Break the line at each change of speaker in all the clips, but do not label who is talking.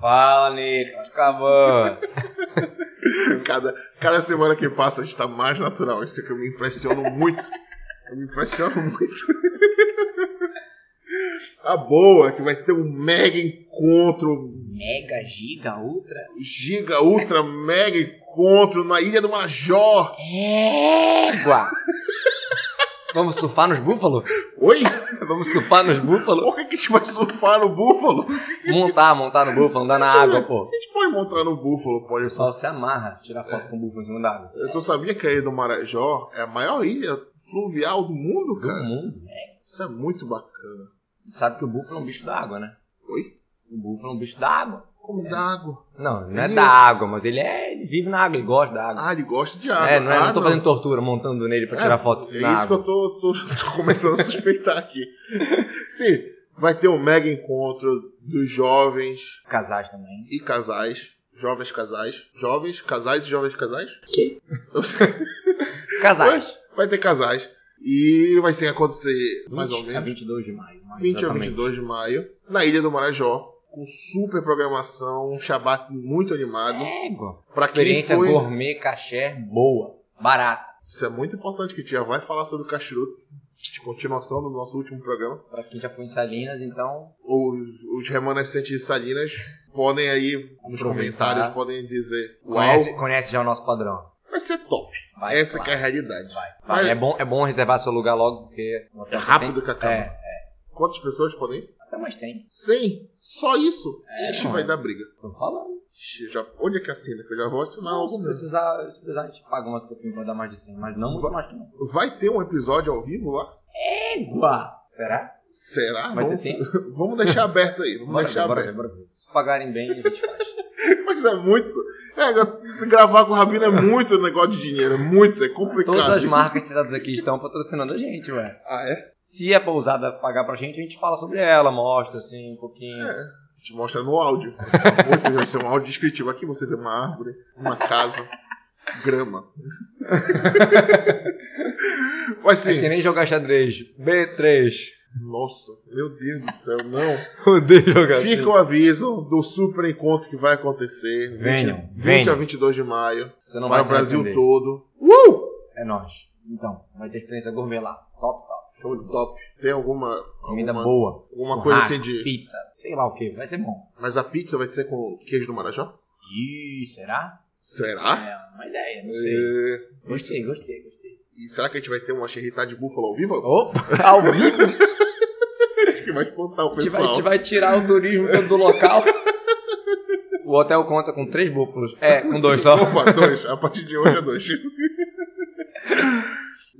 Fala, tá Nicolas, acabou.
Cada, cada semana que passa está mais natural. Isso é que eu me impressiono muito. Eu me impressiono muito. A boa, que vai ter um mega encontro,
Mega, giga, ultra.
giga, ultra, mega encontro na Ilha do Major.
Égua. Vamos surfar nos búfalos?
Oi?
Vamos surfar nos búfalos?
Por que, que a gente vai surfar no Búfalo?
Montar, montar no búfalo, andar na água, pô.
A gente pode montar no Búfalo, pode
Só
surfar.
se amarra, tirar foto com búfalos mandados.
Eu tu sabia que a Ilha do Marajó é a maior ilha fluvial do mundo,
Todo
cara?
mundo.
Isso é muito bacana.
Sabe que o búfalo é um bicho da água, né?
Oi?
O búfalo é um bicho da água.
Como da água.
Não, não é
Ele-
da água, mas ele é. Ele vive na água, ele gosta da água.
Ah, ele gosta de água.
é, não é,
ah,
não tô fazendo tortura, montando nele pra tirar
É,
foto
É
na
isso que
água.
eu tô, tô- tô começando a suspeitar aqui. Sim, vai ter um mega encontro dos jovens
Casais também.
e casais. Jovens casais. Jovens, casais e jovens casais.
Casais.
Vai ter casais. E vai ser acontecer mais
20
ou
A
menos
22 de maio. mais
20 a
exatamente.
22 de maio, na Ilha do Marajó. Com super programação, um shabat muito animado.
Égua.
Pra quem
Experiência
foi,
gourmet, caché, boa. Barata.
isso é muito importante que a gente já vai falar sobre o cachiruto, de continuação do nosso último programa.
Pra quem já foi em Salinas, então.
os, os remanescentes de Salinas podem aí nos
Aproveitar.
comentários podem dizer uau,
Conhece, conhece já o nosso padrão.
vai ser top.
Vai,
Essa
claro.
que é a realidade.
Vai. Vai.
Vai.
É, bom, é bom reservar seu lugar logo, porque. o hotel
É
só
rápido
tem-
que acaba.
É,
Quantas pessoas podem ir?
até mais 100.
100. Só isso.
É,
Ixi,
mano.
vai dar briga.
Tô falando.
Ixi, já, onde é que assina? Que eu já vou assinar.
Não, se
logo mesmo.
precisar, se precisar, a gente paga mais um pouquinho pra dar mais de 100, mas não muito
Vai.
mais que não.
Vai ter um episódio ao vivo lá?
Égua! Será?
Será?
Vai ter
Ah, vamos,
tempo?
vamos deixar aberto aí. Vamos
Bora ver,
deixar
bora ver,
aberto.
bora ver. Se pagarem bem, a gente faz.
Mas é muito. É, gra- gravar com o Rabino é muito negócio de dinheiro. é Muito. É complicado.
Todas as marcas citadas aqui estão patrocinando a gente, ué.
Ah, é?
Se a pousada pagar pra gente, a gente fala sobre ela, mostra assim um pouquinho.
É. A gente mostra no áudio. Muito vai ser um áudio descritivo. Aqui você vê uma árvore, uma casa, grama. Mas
É
sim,
que nem jogar xadrez. B3.
nossa, meu Deus do céu, não.
Odeio jogar
Fica
Fica...
o aviso do super encontro que vai acontecer. 20,
Venham,
20
venham.
a 22 de maio.
Você não
para
vai
o
se
Brasil
arrepender.
todo. Uh!
É nóis. Então, vai ter experiência gourmet lá. Top, top. Show de bola.
Top. Tem alguma.
Comida
alguma-
boa.
alguma
Churrasco,
coisa assim de-
Pizza. Sei lá o que. Vai ser bom.
Mas a pizza vai ser com queijo do Marajó?
Ih, será?
Será?
É uma ideia, não sei.
Ah? É,
Gostei, gostei, gostei.
E será que a gente vai ter uma xerritada de búfalo ao vivo?
Opa, ao vivo?
Acho que vai espantar o
A gente, vai,
pessoal.
a gente vai tirar o turismo todo do local. O hotel conta com três búfalos. É, com dois só.
Opa, dois. A partir de hoje é dois.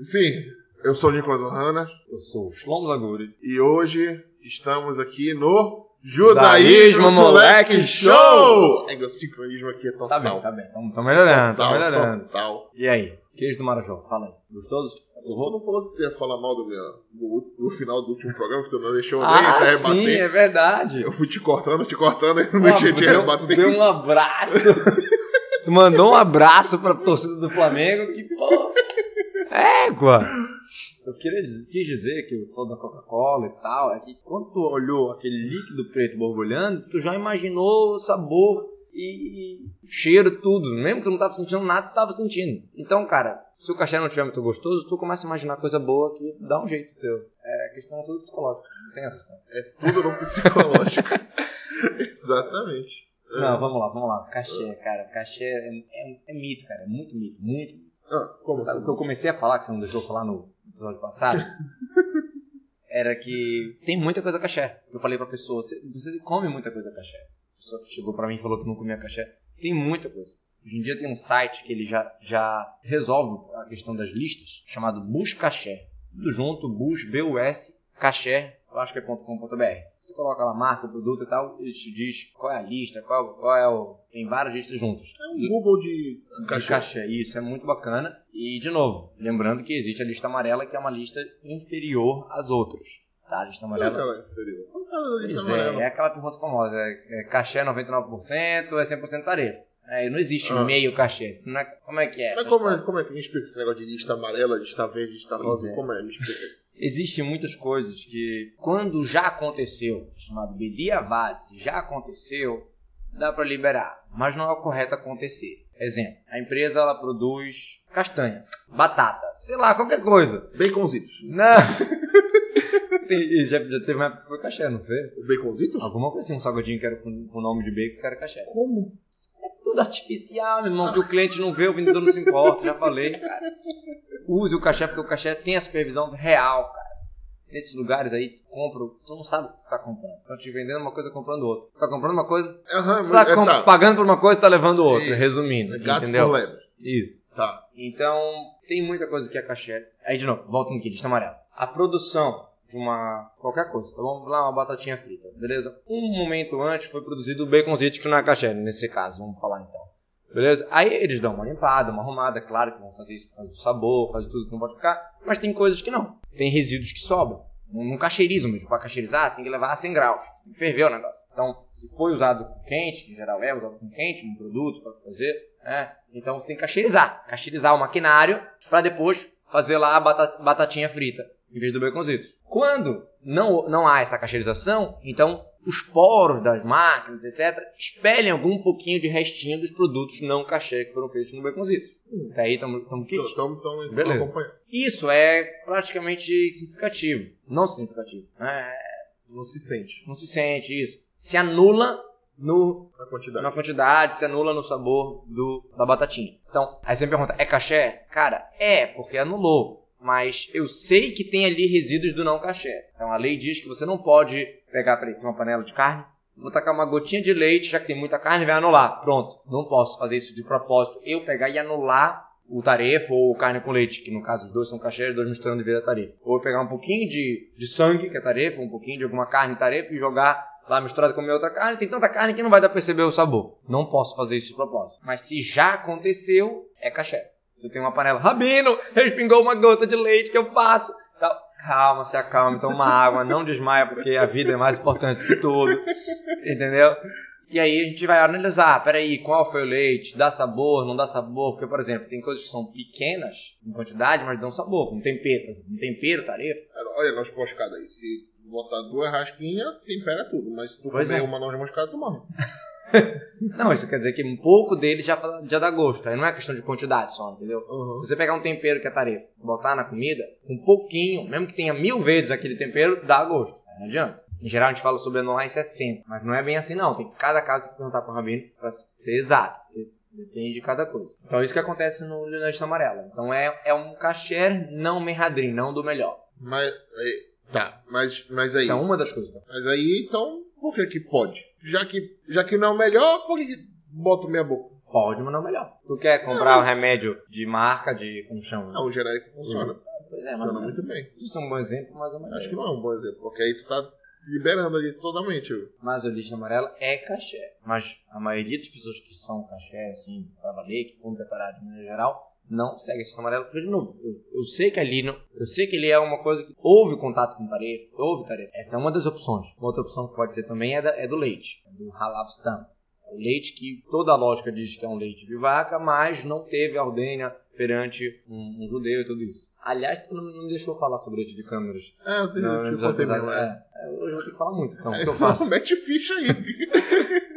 Sim, eu sou o Nicolas Ohana
Eu sou o Shlomo Zaguri.
e hoje estamos aqui no
Judaísmo
Judaísmo Moleque
Moleque
Show! É, o sincronismo aqui é total.
Tá bem, tá bem. Tamo, tamo melhorando, tá melhorando.
Total.
E aí? Queijo do Marajó, fala aí. Gostoso?
Tu não falou que tu ia falar mal do, meu, do, do final do último programa, que tu não deixou nem
Ah,
até
sim,
rebater.
é Ah, verdade.
Eu fui te cortando, te cortando e não deixei de
deu,
rebater.
deu um abraço. tu mandou um abraço pra torcida do Flamengo. Que pô. Égua. Eu queria, diz- quis dizer que o todo da Coca-Cola e tal, é que quando tu olhou aquele líquido preto borbulhando, tu já imaginou o sabor e o cheiro, tudo. Mesmo que tu não tava sentindo nada, tu tava sentindo. Então, cara, se o cachê não tiver muito gostoso, tu começa a imaginar coisa boa que dá um jeito teu. É questão tudo psicológica, não tem essa história.
É tudo no psicológico. Exatamente.
Não, vamos lá, vamos lá. Cachê, cara. Cachê é, é- é mito, cara. É muito mito, muito mito.
Ah, como?
Sabe o que eu comecei a falar, que você não deixou eu falar no episódio passado? Era que tem muita coisa cachê. Eu falei pra pessoa, você, você come muita coisa cachê. A pessoa que chegou pra mim e falou que não comia cachê. Tem muita coisa. Hoje em dia tem um site que ele já, já resolve a questão das listas, chamado Bus Cachê. Tudo junto, Bus, B-U-S, Cachê, eu acho que é .com.br. Você coloca lá a marca, o produto e tal, ele te diz qual é a lista, qual, qual é o... Tem várias listas juntas.
É um Google de
De cachê, isso é muito bacana. E, de novo, lembrando que existe a lista amarela, que é uma lista inferior às outras. Tá? A lista
Não,
amarela.
cara, inferior. Não, cara, ele tá
Pois
amarelo.
é, é aquela pergunta famosa: é, é cachê 99%, é 100% tarefa. É, não existe
Ah.
meio cachê. isso não é- como é que é?
Mas
essa
como
história?
é, como é que me explica esse negócio de lista amarela, lista verde, lista
Pois
rosa?
é.
Como é? Me explica isso.
Existem muitas coisas que, quando já aconteceu, chamado Bediavate, já aconteceu, dá para liberar, mas não é o correto acontecer. Exemplo, a empresa ela produz castanha, batata, sei lá, qualquer coisa.
Baconzitos.
Não. Tem- e já, já teve uma época que foi caché, não foi?
O baconzitos?
Alguma coisa assim, um salgadinho que era com com o nome de bacon que era caché. É
Como?
Tudo artificial, meu irmão, que o cliente não vê, o vendedor não se importa, já falei, cara. Use o cachê, porque o cachê tem a supervisão real, cara. Nesses lugares aí, tu compra, tu não sabe o que tu tá comprando. Estão te vendendo uma coisa, comprando outra. Tu tá comprando uma coisa,
Aham,
tu
mas
tá,
é,
com-
tá.
pagando por uma coisa, tá levando outra,
Isso.
resumindo,
Gato
entendeu?
por lebre.
Isso.
Tá.
Então, tem muita coisa que é cachê. Aí, de novo, volta no que lista amarela. A produção de uma. qualquer coisa. Então, vamos lá, uma batatinha frita, beleza? Um momento antes foi produzido o baconzito que não é cachê, nesse caso, vamos falar então. Beleza? Aí eles dão uma limpada, uma arrumada, claro que vão fazer isso por causa do sabor, fazer tudo que não pode ficar, mas tem coisas que não. Tem resíduos que sobram. Não não cacheirizam mesmo. Pra cacheirizar, você tem que levar a 100 graus. Você tem que ferver o negócio. Então, se foi usado com quente, que em geral é usado com quente, um produto para fazer, né? Então você tem que cacheirizar. Cacheirizar o maquinário para depois fazer lá a bata- batatinha frita, em vez do baconzito. Quando não, não há essa cacheirização, então os poros das máquinas, etc., espelhem algum pouquinho de restinho dos produtos não cachê que foram feitos no baconzito. Até aí estamos kit.
Então, então, então
Beleza.
acompanhando.
Isso é praticamente significativo. Não significativo. É,
Não se sente
não se sente isso. Se anula no
na quantidade.
na quantidade, se anula no sabor do, da batatinha. Então, aí você me pergunta, é caché? Cara, é, porque anulou. Mas eu sei que tem ali resíduos do não caché. Então a lei diz que você não pode pegar, peraí, tem uma panela de carne, vou tacar uma gotinha de leite, já que tem muita carne, vai anular. Pronto, não posso fazer isso de propósito. Eu pegar e anular o tarefa ou carne com leite, que no caso os dois são cachê, os dois misturando vira tarefa. Ou eu pegar um pouquinho de, de sangue, que é tarefa, um pouquinho de alguma carne tarefa e jogar lá misturado com minha outra carne. Tem tanta carne que não vai dar pra perceber o sabor. Não posso fazer isso de propósito. Mas se já aconteceu, é cachê. Você tem uma panela, Rabino, respingou uma gota de leite que eu faço. Tal. Calma, se acalma, toma uma água, não desmaia, porque a vida é mais importante que tudo. Entendeu? E aí a gente vai analisar, peraí, qual foi o leite, dá sabor, não dá sabor, porque, por exemplo, tem coisas que são pequenas em quantidade, mas dão sabor, como tempero, por exemplo. um tempero, tarefa.
Olha, noz moscada aí. Se botar duas rasquinhas, tempera tudo. Mas se tu
Pois
comer
é.
uma noz moscada, tu morre.
Não, isso quer dizer que um pouco dele já, fa- já dá gosto, aí não é questão de quantidade só, entendeu? Se você pegar um tempero que é tarefa, botar na comida, um pouquinho, mesmo que tenha mil vezes aquele tempero, dá gosto. Não adianta. Em geral a gente fala sobre anular em 60, mas não é bem assim não. Tem que cada caso tem que perguntar pro Rabino pra ser exato. porque Depende de cada coisa. Então isso que acontece no Lunesta Amarela. Então é, é um caché não merradrim, não do melhor.
Mas, é, tá. Mas, mas aí.
Isso é uma das coisas.
Mas aí, então, por que que pode? Já que, já que não é o melhor, por que que bota meia boca?
Pode, mas não é o melhor. Tu quer comprar o remédio de marca, de como chama?
Ah, o genérico funciona.
Pois é, mas
Funciona
não.
muito bem.
Isso é um bom exemplo, mas é o melhor.
Acho que não é um bom exemplo, porque aí tu tá liberando ali totalmente.
Mas a lista amarela é caché. Mas a maioria das pessoas que são caché, assim, pra valer, que vão preparar de maneira geral, não segue a lista amarela. Porque, de novo, eu, eu sei que ali, não- eu sei que ele é uma coisa que houve contato com tarefa, houve tarefa. Essa é uma das opções. Uma outra opção que pode ser também é, da- é do leite, é do halal stamp. É o leite que toda a lógica diz que é um leite de vaca, mas não teve ordênia perante um, um judeu e tudo isso. Aliás, você não não me deixou falar sobre leite de câmeras.
É, eu te,
Não,
eu te
episódio
contei mesmo.
passado.
É.
É, hoje eu vou ter que falar muito, então. O
É,
que eu faço?
Mete ficha aí.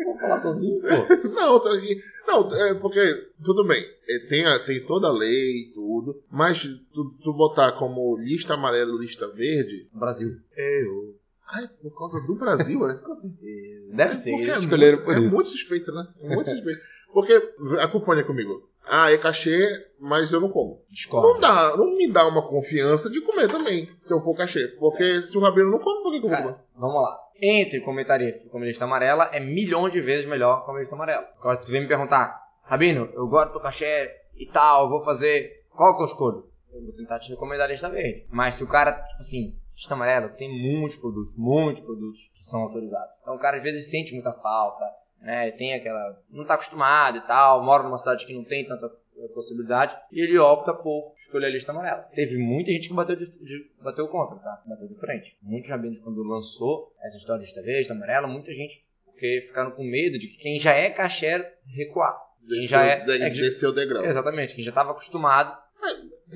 Vou falar sozinho, pô.
Não, eu tô aqui. Não, é porque, tudo bem, é, tem, a- tem toda a lei e tudo, mas tu, tu botar como lista amarela e lista verde.
Brasil. Eu.
Ai, por causa do Brasil, é?
Com certeza. assim? Deve ser,
Porque
eles
é
escolheram
muito-
por
é
isso.
muito suspeito, né? É muito suspeito. Porque, acompanha comigo. Ah, é cachê, mas eu não como. Não
Discorda.
dá, não me dá uma confiança de comer também, se eu for cachê. Porque se o Rabino não come, por que, que eu vou
Cara,
comer?
Vamos lá. Entre comer tarefa e comer lista amarela é milhões de vezes melhor comer lista amarela. Agora tu vem me perguntar, Rabino, eu gosto do cachê e tal, eu vou fazer. Qual que eu escolho? Eu vou tentar te recomendar a lista verde. Mas se o cara, tipo assim, lista amarela tem muitos produtos, muitos produtos que são autorizados. Então o cara às vezes sente muita falta, né? Tem aquela. não tá acostumado e tal, mora numa cidade que não tem tanta a possibilidade e ele opta por escolher a lista amarela. Teve muita gente que bateu, de, de- bateu contra, tá? Bateu de frente. Muitos rabinos, quando lançou essa história de lista verde, lista amarela, muita gente porque ficaram com medo de que quem já é caché recuar. Quem já é-
Desceu-
é que- É.
Desceu o degrau.
Exatamente, quem já estava acostumado.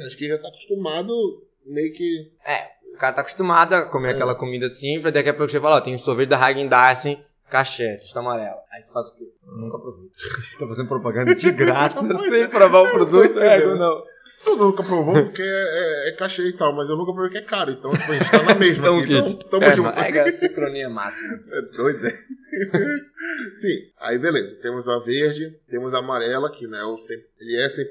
Acho que já tá acostumado, meio que.
O cara tá acostumado a comer assim,
É.
aquela comida simples, daqui a pouco você fala, ó, tem um sorvete da Hagen Dazs, Caché, lista amarela. Aí tu faz o quê? Nunca aproveita. Hum. Tô fazendo propaganda de graça, sem provar o produto. É,
entendendo.
não.
Tu nunca provou porque é, é, é cachê e tal, mas eu nunca provei que é caro. Então, tipo, a gente tá na mesma.
Então,
aqui,
gente,
tamo
é,
junto.
mano, é, cara, sincronia máxima.
É doido, é? Sim, aí beleza. Temos a verde, temos a amarela, que não é o 100, ele é 100%,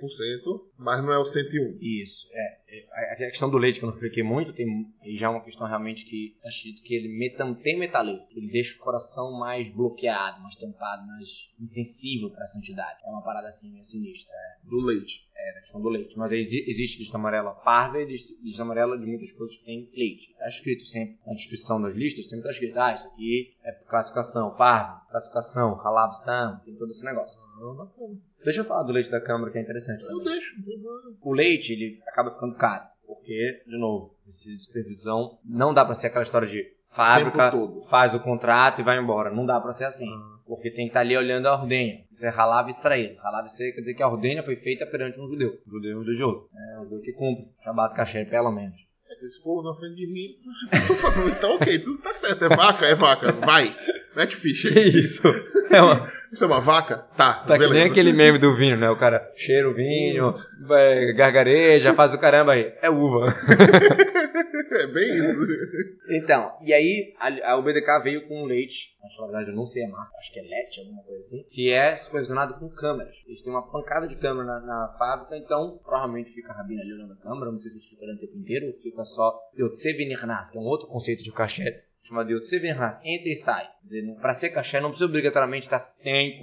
mas não é o 101.
Isso, é. é, A questão do leite, que eu não expliquei muito, tem e já é uma questão realmente que tá escrito que ele metam, tem metaleiro. Ele deixa o coração mais bloqueado, mais tampado, mais insensível pra santidade. É uma parada assim, meio sinistra.
Do leite.
É a questão do leite. Mas aí exi- existe lista amarela parva e lista lista amarela de muitas coisas que tem leite. Tá escrito sempre na descrição das listas, sempre tá escrito, ah, isso aqui é classificação parva, classificação, halavstam, tem todo esse negócio.
Ah, bacana.
Deixa eu falar do leite da câmara que é interessante
Eu
também
deixo. não tem problema.
o leite ele acaba ficando caro. Porque, de novo, precisa de supervisão. Não dá pra ser aquela história de fábrica,
Tempo todo. Ah.
faz o contrato e vai embora. Não dá pra ser assim. Porque tem que estar ali olhando a ordenha. Isso é halava Israel. Halava Israel quer dizer que a ordenha foi feita perante um judeu. Um judeu é um judeu. É um judeu que cumpre. Shabbat caché, pelo menos.
É, Se for na frente de mim, eu falo, então ok, tudo tá certo. É vaca, é vaca. Vai. Mete ficha.
isso? É uma,
Isso é uma vaca? Tá,
tá que
beleza. Hum.
nem aquele meme do vinho, né? O cara cheira o vinho, vai, gargareja, faz o caramba aí. É uva.
É bem isso.
Então, e aí a, a BDK veio com um leite, acho que na verdade eu não sei a marca, acho que é Let, alguma coisa assim, que é supervisionado com câmeras. Eles têm uma pancada de câmera na, na fábrica, então provavelmente fica a Rabina ali olhando a câmera, não sei se eles ficam o tempo inteiro ou fica só Yotsevenirnas, que é um outro conceito de cachê chamado Yotsevenirnas, entra e sai. Quer dizer, pra ser cachê não precisa obrigatoriamente estar 100%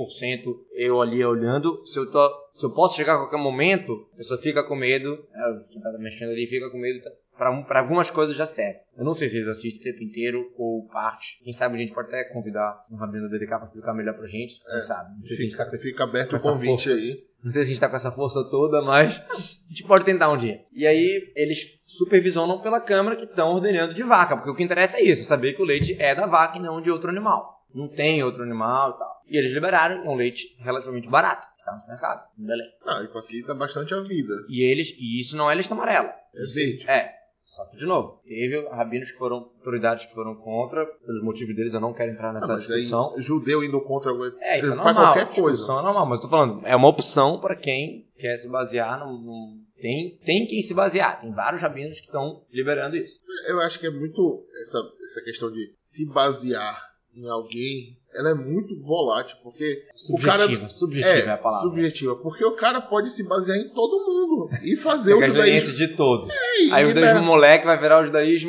eu ali olhando, se eu tô... Se eu posso chegar a qualquer momento, a pessoa fica com medo, é, quem tá mexendo ali fica com medo, tá- Pra pra algumas coisas já serve. Eu não sei se eles assistem o tempo inteiro ou parte. Quem sabe a gente pode até convidar um rabino do BDK pra explicar melhor pra gente. Quem sabe? Não sei, se a gente tá
Fica,
com esse-
fica aberto
com
o
essa
convite
força.
aí.
não sei se a gente tá com essa força toda, mas a gente pode tentar um dia. E aí eles supervisionam pela câmera que estão ordenando de vaca, porque o que interessa é isso, saber que o leite é da vaca e não de outro animal. Não tem outro animal e tal. E eles liberaram é um leite relativamente barato, que está no mercado, em Belém.
Ah, e facilita bastante a vida.
E eles, e isso não é lista amarela.
É verde.
É. Só que, de novo, teve rabinos que foram, autoridades que foram contra, pelos motivos deles eu não quero entrar
Ah,
nessa
mas aí,
discussão.
judeu indo contra alguma
É, isso é
pra
normal.
qualquer coisa.
Discussão é normal, mas eu tô falando, é uma opção pra quem quer se basear num. num- Tem, tem quem se basear, tem vários rabinos que estão liberando isso.
Eu acho que é muito essa, essa questão de se basear em alguém, ela é muito volátil, porque
Subjetiva,
o cara
subjetiva é, a palavra.
subjetiva, porque o cara pode se basear em todo mundo e fazer
Pega
é o
a experiência
judaísmo
de todos.
e né,
Aí o
libera
judaísmo moleque vai virar o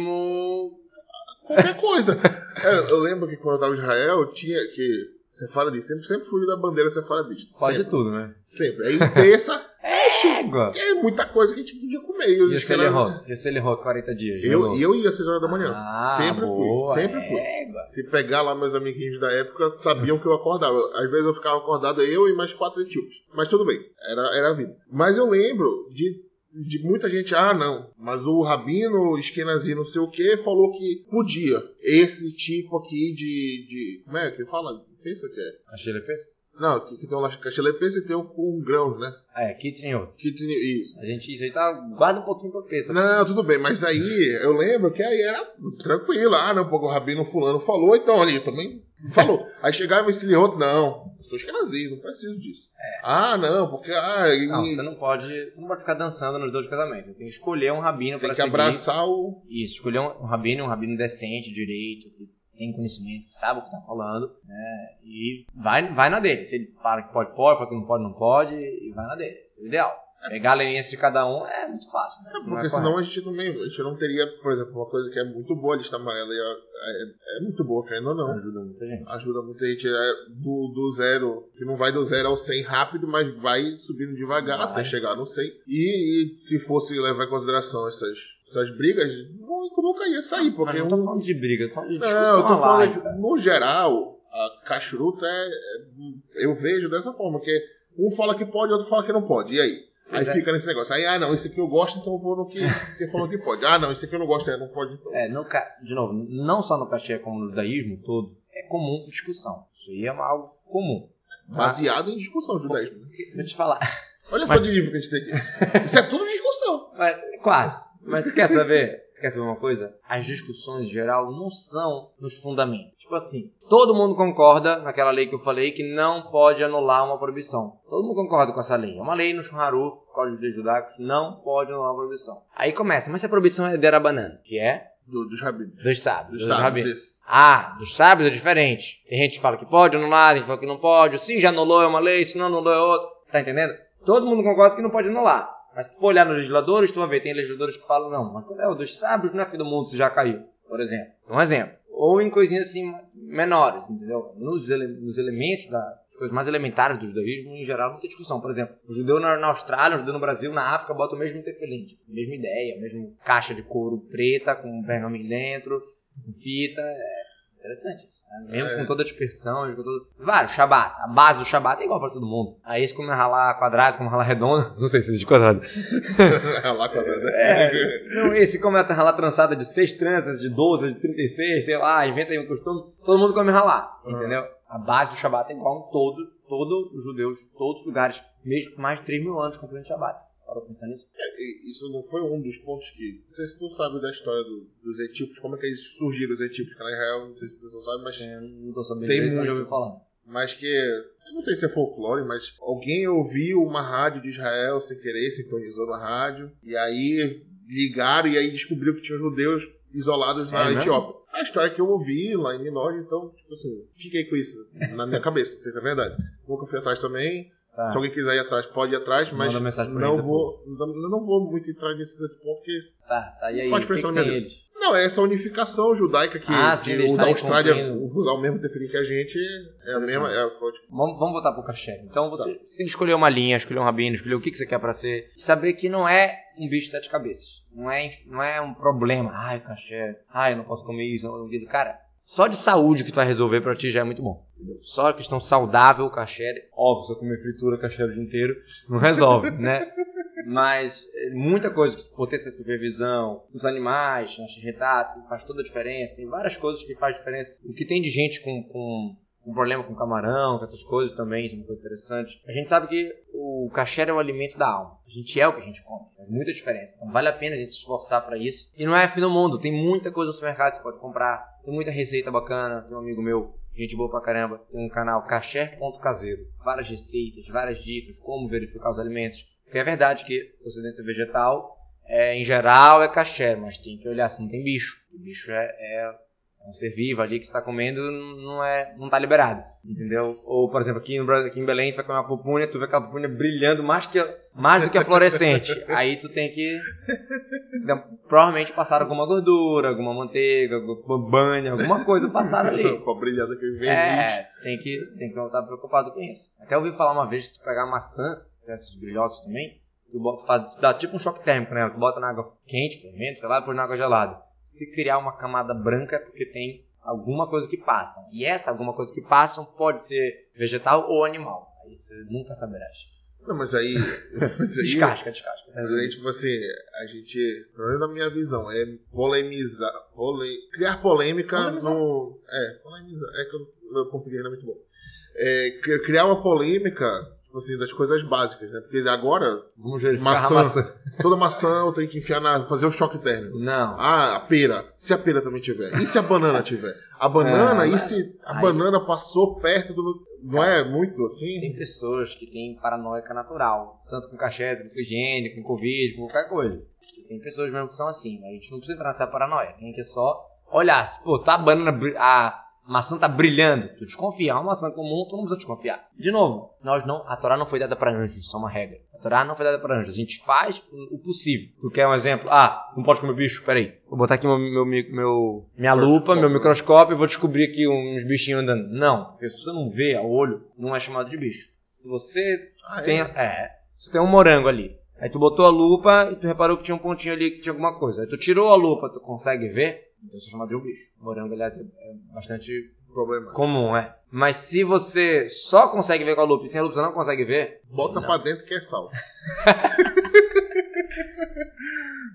judaísmo.
qualquer coisa. É, eu lembro que quando eu tava em Israel, tinha que sefaradista, sempre, sempre fui da bandeira sefaradista.
Pode
sempre,
tudo, né?
sempre. Aí terça,
Chega!
é muita coisa que a gente podia comer. E
E é
os
o
escravos-
Selerhot? E o Selerhot, 40 dias.
eu,
jogou.
eu ia às 6 horas da manhã.
Ah,
sempre
boa,
fui, sempre fui.
égua.
Se pegar lá meus amiguinhos da época, sabiam que eu acordava. Às vezes eu ficava acordado eu e mais quatro etíopes. Mas tudo bem, era, era a vida. Mas eu lembro de, de muita gente, ah não, mas o Rabino Eskenazi não sei o que falou que podia. Esse tipo aqui de... de como é que fala? Pensa que é.
Achei ele pensa?
Não, que, que tem um cachelepense e tem um com grãos, né?
Ah, é, Kitchenhout.
Que tem- isso.
A gente, isso aí tá. Guarda um pouquinho pra pensa.
Não, tudo bem, mas aí eu lembro que aí era tranquilo. Ah, não, porque o Rabino Fulano falou, então ali também falou. aí chegava esse Lioto, não, eu sou escrazinho, não preciso disso. Ah, não, porque. Ah, e-
É. Não, você não pode. Você não pode ficar dançando nos dois casamentos. Você tem que escolher um rabino
tem
pra
que
seguir.
abraçar o.
Isso, escolher um um rabino, um rabino decente, direito, que tem conhecimento, que sabe o que tá falando, né? E vai, vai na dele. Se ele fala que pode, pode, fala que não pode, não pode, e vai na dele. Isso é o ideal. Pegar a leniência de cada um é muito fácil, né?
É,
Isso não é
porque senão
correto.
a gente também. A gente não teria, por exemplo, uma coisa que é muito boa, a lista amarela e é, é- é muito boa, querendo ou não.
ajuda muita gente.
Ajuda muita gente é, do, do zero, que não vai do zero ao 100 rápido, mas vai subindo devagar
Vai.
até chegar no 100. E, e se fosse levar em consideração essas, essas brigas, nu- nunca ia sair,
Mas
porque
não
um.
tô falando de briga, tô falando de
Não, eu
discussão
tô falando é
online.
que,
cara.
no geral, a cachuruta é, é- Eu vejo dessa forma, que um fala que pode, outro fala que não pode. E aí? Aí
Pois é.
fica nesse negócio. Aí, ah, não, esse aqui eu gosto, então eu vou no que, que falou que pode. Ah, não, esse aqui eu não gosto, é, não pode então.
É, no ca- de novo, não só no cachê como no judaísmo todo, é comum discussão. Isso aí é algo comum.
Baseado em discussão judaísmo. né?
Vou te falar.
Olha só
Mas-
de livro que a gente tem aqui. Isso é tudo discussão.
Mas, quase. Mas tu quer saber? Tu quer saber uma coisa? As discussões em geral não são nos fundamentos. Tipo assim, todo mundo concorda naquela lei que eu falei que não pode anular uma proibição. Todo mundo concorda com essa lei. É uma lei no Shunharu, Código de Leis Judaicos, não pode anular uma proibição. Aí começa, mas se a proibição é de banana, que é
Do, dos rabinos.
dos sábios,
Dos
dos,
sábios,
rabinos.
isso.
Ah, dos sábios é diferente. Tem gente que fala que pode anular, tem gente que fala que não pode. Se já anulou é uma lei, se não anulou é outra. Tá entendendo? Todo mundo concorda que não pode anular. Mas se tu for olhar nos legisladores, tu vai ver, tem legisladores que falam, não, mas quando é o dos sábios, não é fim do mundo se já caiu, por exemplo. Um exemplo. Ou em coisinhas assim, menores, entendeu? Nos, ele- nos elementos da as coisas mais elementares do judaísmo, em geral, não tem discussão. Por exemplo, o judeu na, na Austrália, o judeu no Brasil, na África, bota o mesmo tefelim, tipo, mesma ideia, mesmo caixa de couro preta com um pergaminho dentro, com fita, é Interessante isso. né? Mesmo
É.
com toda a dispersão, com todo... Vários, Shabat. A base do Shabat é igual pra todo mundo. Aí esse como é ralar quadrado, como é ralar redondo. Não sei se existe quadrado.
Lá com a
É, não, esse como é ralar trançada de 6 tranças, de 12, de 36, sei lá, inventa aí um costume. Todo mundo come ralar,
Uhum.
entendeu? A base do Shabat é igual em todo, todo os judeus, todos os lugares, mesmo com mais de 3 mil anos comprando Shabat. Para pensar nisso.
E Isso não foi um dos pontos que. Não sei se tu sabe da história do- dos etíopos, como é que eles surgiram os etíopos, que na Israel, não sei se tu não sabe, mas,
Eu não tô sabendo
tem
direito, mas já
muito.
ouvi falar.
mas que. Eu não sei se é folclore, mas alguém ouviu uma rádio de Israel sem querer, sintonizou na rádio, e aí ligaram e aí descobriu que tinha judeus isolados na
É mesmo?
Etiópia. A história que eu ouvi lá em Minório, então, tipo assim, fiquei com isso na minha cabeça, não sei se é verdade. Nunca fui atrás também,
Tá.
se alguém quiser ir atrás, pode ir atrás, mas
Manda mensagem pra
não
mim
vou, não, não vou muito entrar nesse, nesse ponto, porque.
Tá, tá. E aí,
Pode
o que, que
pensar no
tem
meu Deus.
eles?
Não, é essa unificação judaica que
Ah, sim,
de,
eles
o da
estarem
Austrália
cumprindo.
usar o mesmo definir que a gente é a mesma. É, foi, tipo,
Vamos, vamos voltar pro cachê. Então você, você tem que escolher uma linha, escolher um rabino, escolher o que, que você quer pra ser. E saber que não é um bicho de sete cabeças. Não é, inf- não é um problema. Ai, o cachê. Ai, eu não posso comer isso. eu não consigo. Cara, só de saúde que tu vai resolver pra ti já é muito bom. Entendeu? Só a questão saudável, o cachê. Óbvio, se eu comer fritura, cachê o dia inteiro, não resolve, né? Mas é, muita coisa, que por ter essa supervisão, os animais, nosso retrato, faz toda a diferença. Tem várias coisas que faz diferença. O que tem de gente com, com, com um problema com camarão, com essas coisas também, isso é uma coisa interessante. A gente sabe que o caché é o alimento da alma. A gente é o que a gente come. Faz muita diferença. Então vale a pena a gente se esforçar pra isso. E não é fim do mundo. Tem muita coisa no supermercado que você pode comprar. Tem muita receita bacana. Tem um amigo meu Gente boa pra caramba. Tem um canal caché.caseiro. Várias receitas, várias dicas, como verificar os alimentos. Porque é verdade que procedência vegetal, é, em geral, é caché, mas tem que olhar se não tem bicho. O bicho é, é um ser vivo ali que está comendo, não é, não tá liberado, entendeu? Ou, por exemplo, aqui, no, Bra- aqui em Belém, tu vai comer uma pupunha, tu vê aquela pupunha brilhando mais, que, a- mais do que a fluorescente. Aí tu tem que... então, provavelmente passaram alguma gordura, alguma manteiga, alguma banha, alguma coisa passaram ali.
com a brilhada que vem.
É, tu tem que, tem que estar preocupado com isso. Até ouvi falar uma vez que tu pegar maçã, dessas brilhosas também, tu, bota, tu, faz, tu dá tipo um choque térmico, né? Tu bota na água quente, fermento, sei lá, depois na água gelada. Se criar uma camada branca é porque tem alguma coisa que passa. E essa alguma coisa que passa pode ser vegetal ou animal. Aí você nunca saberás.
Não, mas aí. Mas aí
Descasca, descasca.
Mas aí, tipo assim, a gente, pelo menos na minha visão, é polemizar, pole- criar polêmica
Polemizar.
no... É, polemizar, é que o meu português não é muito bom. É, cri- criar uma polêmica, tipo assim, das coisas básicas, né? Porque agora,
Vamos ver
maçã.
maçã.
toda maçã eu tenho que enfiar na... fazer o choque térmico.
Não.
Ah, a pera. Se a pera também tiver. E se a banana tiver? A banana,
É,
e
mas-
se a
aí-
banana passou perto do. Não é muito assim?
Tem pessoas que têm paranoica natural, tanto com cachete, com higiene, com covid, com qualquer coisa. Isso, Tem pessoas mesmo que são assim, mas a gente não precisa entrar nessa paranoia. Tem que é só olhar, se pô, tá a banana, bri- a maçã tá brilhando, tu desconfia. É Uma maçã comum, tu não precisa desconfiar. De novo, nós não, a Torá não foi dada pra anjos, isso é uma regra. A Torá não foi dada pra anjos, a gente faz o possível. Tu quer um exemplo? Ah, não pode comer bicho, peraí. Vou botar aqui meu, meu, mi- meu- minha lupa, meu microfone microscópio e vou descobrir aqui uns bichinhos andando. Não, porque se você não vê a olho, não é chamado de bicho. Se você
Ah, é?
tem. É. Você tem um morango ali. Aí tu botou a lupa e tu reparou que tinha um pontinho ali que tinha alguma coisa. Aí tu tirou a lupa, tu consegue ver, então isso é chamado de um bicho. Morango, aliás, é é bastante
um problema.
comum, é. Mas se você só consegue ver com a lupa e sem a lupa você não consegue ver,
Bota
Não.
pra dentro que é sal.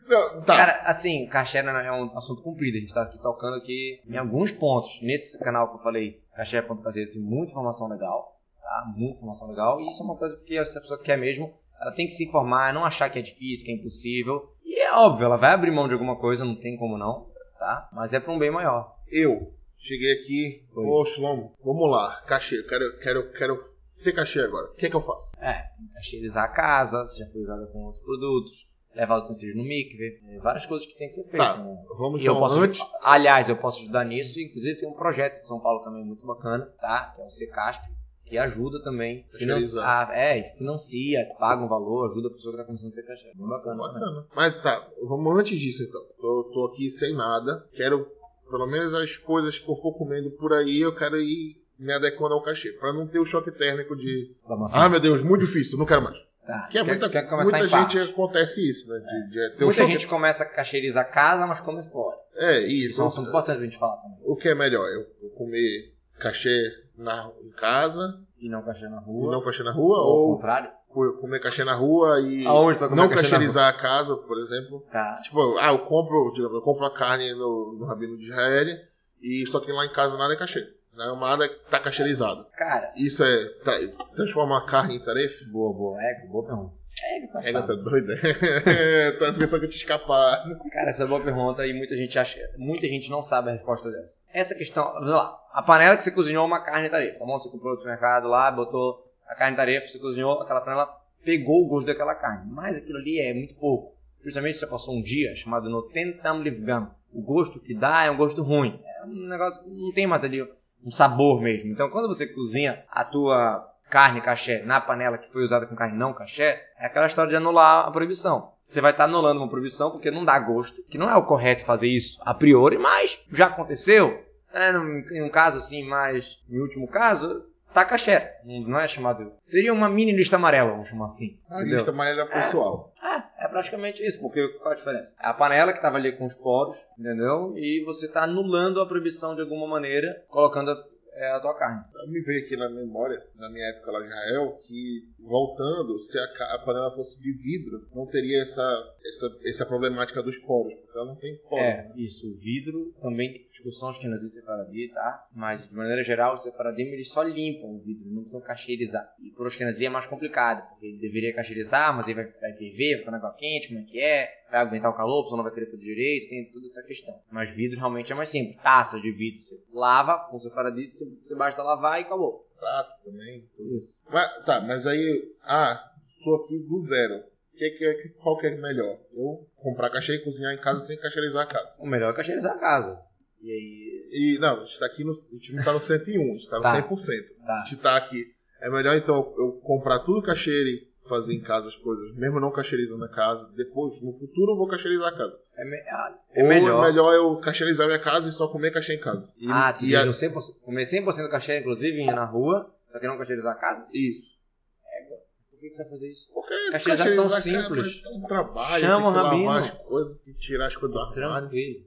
Não, tá.
Cara, assim, caché não é um assunto comprido. A gente tá aqui tocando aqui em alguns pontos. Nesse canal que eu falei, caché.caseiro, tem muita informação legal. Tá? Muita informação legal. E isso é uma coisa que se a pessoa quer mesmo, ela tem que se informar, não achar que é difícil, que é impossível. E é óbvio, ela vai abrir mão de alguma coisa, não tem como não, tá? Mas é pra um bem maior.
Eu cheguei aqui,
Oi.
ô Shlomo, vamos lá, cachê, eu quero, quero, quero ser cachê agora. O que é que eu faço?
É, tem que cheirizar a casa, se já foi usada com outros produtos, levar os utensílios no mikve, é, várias coisas que tem que ser feitas,
Tá.
né?
Vamos
E eu
então,
posso,
antes,
aliás, eu posso ajudar nisso. Inclusive, tem um projeto de São Paulo também muito bacana, tá? Que é o CCASP, que ajuda também.
Terceirizar.
Financia, é, financia, paga um valor, ajuda a pessoa que tá começando a ser caixa. Bem bacana. né? também.
Bacana. Mas tá, vamos antes disso então. Tô, tô aqui sem nada. Quero, pelo menos as coisas que eu for comendo por aí, eu quero ir me adequando ao cachê. Pra não ter o choque térmico de.
Da maçã.
Ah, meu Deus, muito difícil, não quero mais.
assim, Tá.
Que é
Quer-
muita,
quer começar
muita
em parte.
gente é acontece isso, né? De, de ter o
Muita
choque.
gente começa a cacheirizar a casa, mas come fora.
É,
Isso é
isso.
um assunto importante pra gente falar também.
O que é melhor? Eu eu comer cachê na, em casa
E não cachê na
e
rua.
não cachê na rua?
ou ao
Ou
contrário.
co- comer cachê na rua e
Aonde tu vai comer
não
cachê na
cacheirizar a casa, por exemplo?
rua? Tá.
Tipo, ah, eu compro, digamos, eu compro a carne no, no Rabino de Israel e só que lá em casa nada é cachê. Não, nada tá cacheirizado.
Cara,
Isso é tá, transforma a carne em tarefa?
boa, boa. Ego, boa pergunta. Ego tá
É,
sábio.
tá doida. tá pensando que eu te escapar.
Cara, essa é uma boa pergunta e muita gente acha, muita gente não sabe a resposta dessa. Essa questão, vamos lá, a panela que você cozinhou é uma carne tarefa, tá bom? Você comprou do mercado lá, botou a carne tarefa, você cozinhou aquela panela, pegou o gosto daquela carne, mas aquilo ali é muito pouco. Justamente você passou um dia chamado no tentam livgam. O gosto que dá é um gosto ruim, é um negócio que não tem mais ali um sabor mesmo. Então, quando você cozinha a tua carne caché na panela que foi usada com carne não caché, é aquela história de anular a proibição. Você vai estar anulando uma proibição porque não dá gosto, que não é o correto fazer isso a priori, mas já aconteceu. É, num, em um caso assim, mas em último caso, tá caché. Não, não é chamado. Seria uma mini lista amarela, vamos chamar assim.
A
entendeu?
lista mais era é pessoal.
É, é praticamente isso, porque qual a diferença? É a panela que estava ali com os poros, entendeu? E você está anulando a proibição de alguma maneira, colocando é, a tua carne.
Me veio aqui na memória, na minha época lá em Israel, que voltando, se a, ca- a panela fosse de vidro, não teria essa, essa, essa problemática dos poros, porque ela não tem poro.
É, isso. O vidro também, discussões que nós e Sefaradi, tá? Mas de maneira geral, os Sefaradim eles só limpam o vidro, não precisam cacheirizar. E por Ashkenazi é mais complicado, porque ele deveria cacheirizar, mas ele vai, vai ferver, vai estar na água quente, como é que é, vai aguentar o calor, a pessoa não vai querer fazer direito, tem toda essa questão. Mas vidro realmente é mais simples. Taças de vidro você lava, com o Sefaradi você, você basta lavar e acabou.
Prato também.
Isso.
Mas, tá, mas aí, ah, sou aqui do zero. Que, que, que, qual que é melhor? Eu comprar cachê e cozinhar em casa sem cacheirizar a casa.
O melhor é cacheirizar a casa. E aí.
E, não, a gente tá aqui no, a gente não tá no 101, a gente tá no
Tá.
100%.
Tá.
A gente tá aqui. É melhor, então, eu comprar tudo cacheiro e fazer em casa as coisas, mesmo não cacheirizando a casa. Depois, no futuro, eu vou cacheirizar a casa.
É, me- ah, é
Ou
melhor.
é melhor eu cacheirizar minha casa e só comer cachê em casa. E,
ah, tu
e
diz
a-
no 100%, comer 100% do cachê, inclusive, na rua, só que não cacheirizar a casa?
Isso.
Por que você vai fazer isso?
Porque
Cacheirizar é tão simples.
É um trabalho,
Chama o
tem que lavar
rabino.
as coisas, tirar as coisas do armário.
Tranquilo.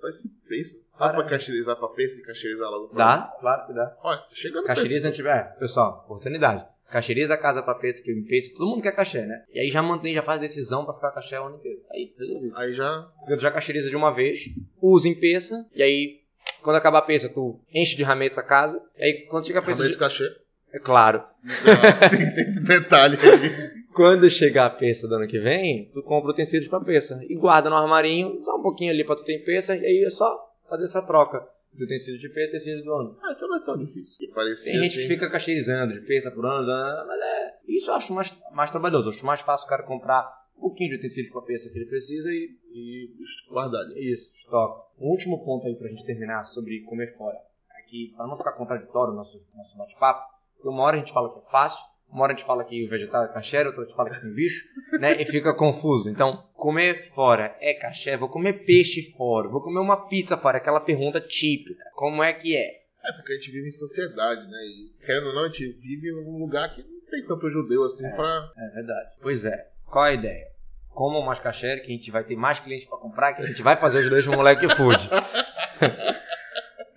Faz esse peixe. Dá
Caralho.
pra cacheirizar pra peixe e cacheirizar logo pra lá?
Dá, claro que dá.
Ó, tá chegando
Caxeriza,
peixe.
é, pessoal, oportunidade. Caxeriza a casa pra peça, que em peça, todo mundo quer caché, né? E aí já mantém, já faz decisão pra ficar caché o ano inteiro. Aí, resolvido.
Aí já.
Porque tu já caxeriza de uma vez, usa em peça, e aí, quando acabar a peça, tu enche de rametes a casa, e aí quando chega a peça...
Acabei de
De...
cachê.
É claro.
Ah, tem, tem esse detalhe aí.
Quando chegar a peça do ano que vem, tu compra utensílios pra peça, e guarda no armarinho, só um pouquinho ali pra tu ter em peça, e aí é só fazer essa troca de utensílio de peça e utensílio do ano.
Ah, então não é tão difícil. Que parecia
Tem gente
assim.
que fica casteirizando de peça por ano, dan- mas é, isso eu acho mais, mais trabalhoso. Eu acho mais fácil o cara comprar um pouquinho de utensílios com a peça que ele precisa e, e
Guardado.
isso, estoca. Um último ponto aí pra gente terminar sobre comer fora. Aqui, pra não ficar contraditório o nosso, nosso bate-papo, porque uma hora a gente fala que é fácil, uma hora a gente fala que o vegetal é caché, outra a gente fala que tem bicho, né? E fica confuso. Então, comer fora é caché, vou comer peixe fora, vou comer uma pizza fora, aquela pergunta típica. Como é que é?
É porque a gente vive em sociedade, né? E querendo ou não, a gente vive num lugar que não tem tanto judeu assim pra.
É verdade. Pois é. Qual a ideia? Comam mais caché, que a gente vai ter mais clientes pra comprar, que a gente vai fazer os dois no moleque food.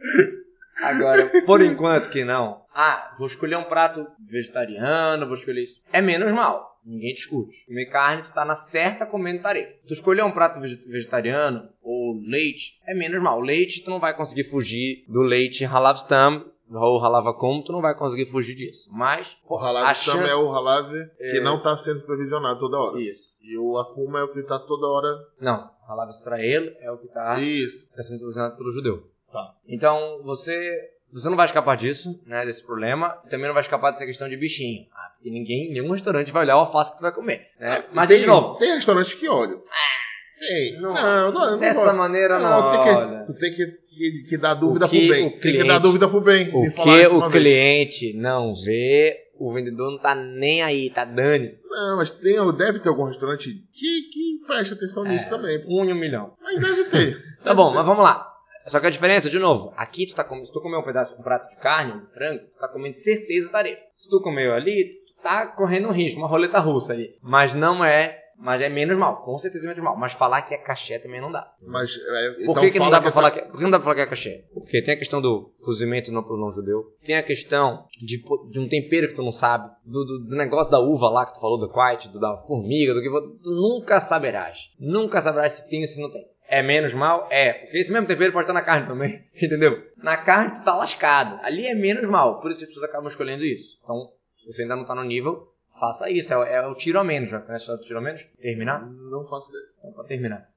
Agora, por enquanto que não. Ah, vou escolher um prato vegetariano, vou escolher isso. É menos mal. Ninguém discute. Comer carne, tu tá na certa comendo tarefa. Tu escolher um prato vege- vegetariano ou leite, é menos mal. Leite, tu não vai conseguir fugir do leite Halav Stam ou ralava como, tu não vai conseguir fugir disso. Mas
O
a
Halave Sama
chance-
é o Halave que
É.
não tá sendo supervisionado toda hora.
Isso.
E o Akuma é o que tá toda hora.
Não, ralava Israel é o que tá
Isso.
está sendo solucionado pelo judeu.
Tá.
Então, você você não vai escapar disso, né, desse problema, e também não vai escapar dessa questão de bichinho. Ah, porque ninguém, nenhum restaurante vai olhar o alface que tu vai comer. né?
Ah,
Mas,
tem,
de novo,
Tem restaurantes que olham. Tem. Não, não, não, não
dessa
gosto.
maneira não,
Não, tem que-
olha.
Tu tem que, que, que dar dúvida
O que
pro bem.
o
tem que
cliente-
dar dúvida pro bem.
O
Me falaram
que
isso
o
uma vez.
cliente não vê, o vendedor não tá nem aí, tá dane-se.
Não, mas tem, deve ter algum restaurante que, que preste atenção nisso também.
Um em um milhão.
Mas deve ter.
Tá bom, mas vamos lá. Só que a diferença, de novo, aqui tu tá comendo, se tu comer um pedaço de um prato de carne, um frango, tu tá comendo certeza tarefa. Se tu comeu ali, tu tá correndo um risco, uma roleta russa ali. Mas não é, mas é menos mal, com certeza é menos mal. Mas falar que é caché também não dá.
Mas, é,
Por
então
que, que não
fala
dá pra
tá-
falar que, por que não dá pra falar que é caché? Porque tem a questão do cozimento não pro não judeu, tem a questão de, po- de um tempero que tu não sabe, do, do- do negócio da uva lá que tu falou, do quite, do da formiga, do que for, tu nunca saberás. Nunca saberás se tem ou se não tem. É menos mal? É. Porque esse mesmo tempero pode estar na carne também, entendeu? Na carne tu tá lascado. Ali é menos mal, por isso que as pessoas acabam escolhendo isso. Então, se você ainda não tá no nível, faça isso. É, o- é o tiro a menos, né? Conhece o tiro a menos? Terminar?
Não faço ideia.
Então, pra terminar.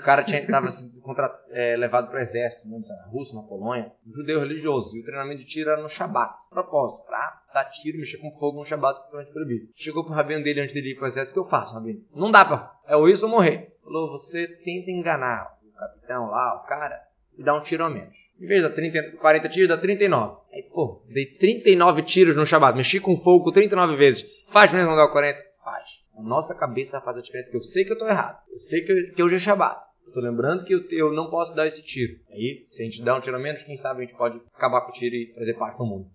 O cara tinha, tava sendo contra, é, levado pro exército, não sei, na Rússia, na Polônia, um judeu religioso, e o treinamento de tiro era no Shabat, de propósito, pra dar tiro, mexer com fogo no Shabat, que é totalmente proibido. Chegou pro rabino dele antes dele ir pro exército, o que eu faço, rabino? Não dá pra, é ou isso ou morrer. Falou, você tenta enganar o capitão lá, o cara, e dá um tiro a menos. Em vez de dar 30, 40 tiros, dá 39. Aí, pô, dei 39 tiros no Shabat, mexi com fogo 39 vezes, faz mesmo não dar o 40? Faz. A nossa cabeça faz a diferença, que eu sei que eu tô errado. Eu sei que eu, que eu já chabato. Eu tô lembrando que eu, te- eu não posso dar esse tiro. Aí, se a gente dá um tiro a menos, quem sabe a gente pode acabar com o tiro e trazer paz pro mundo.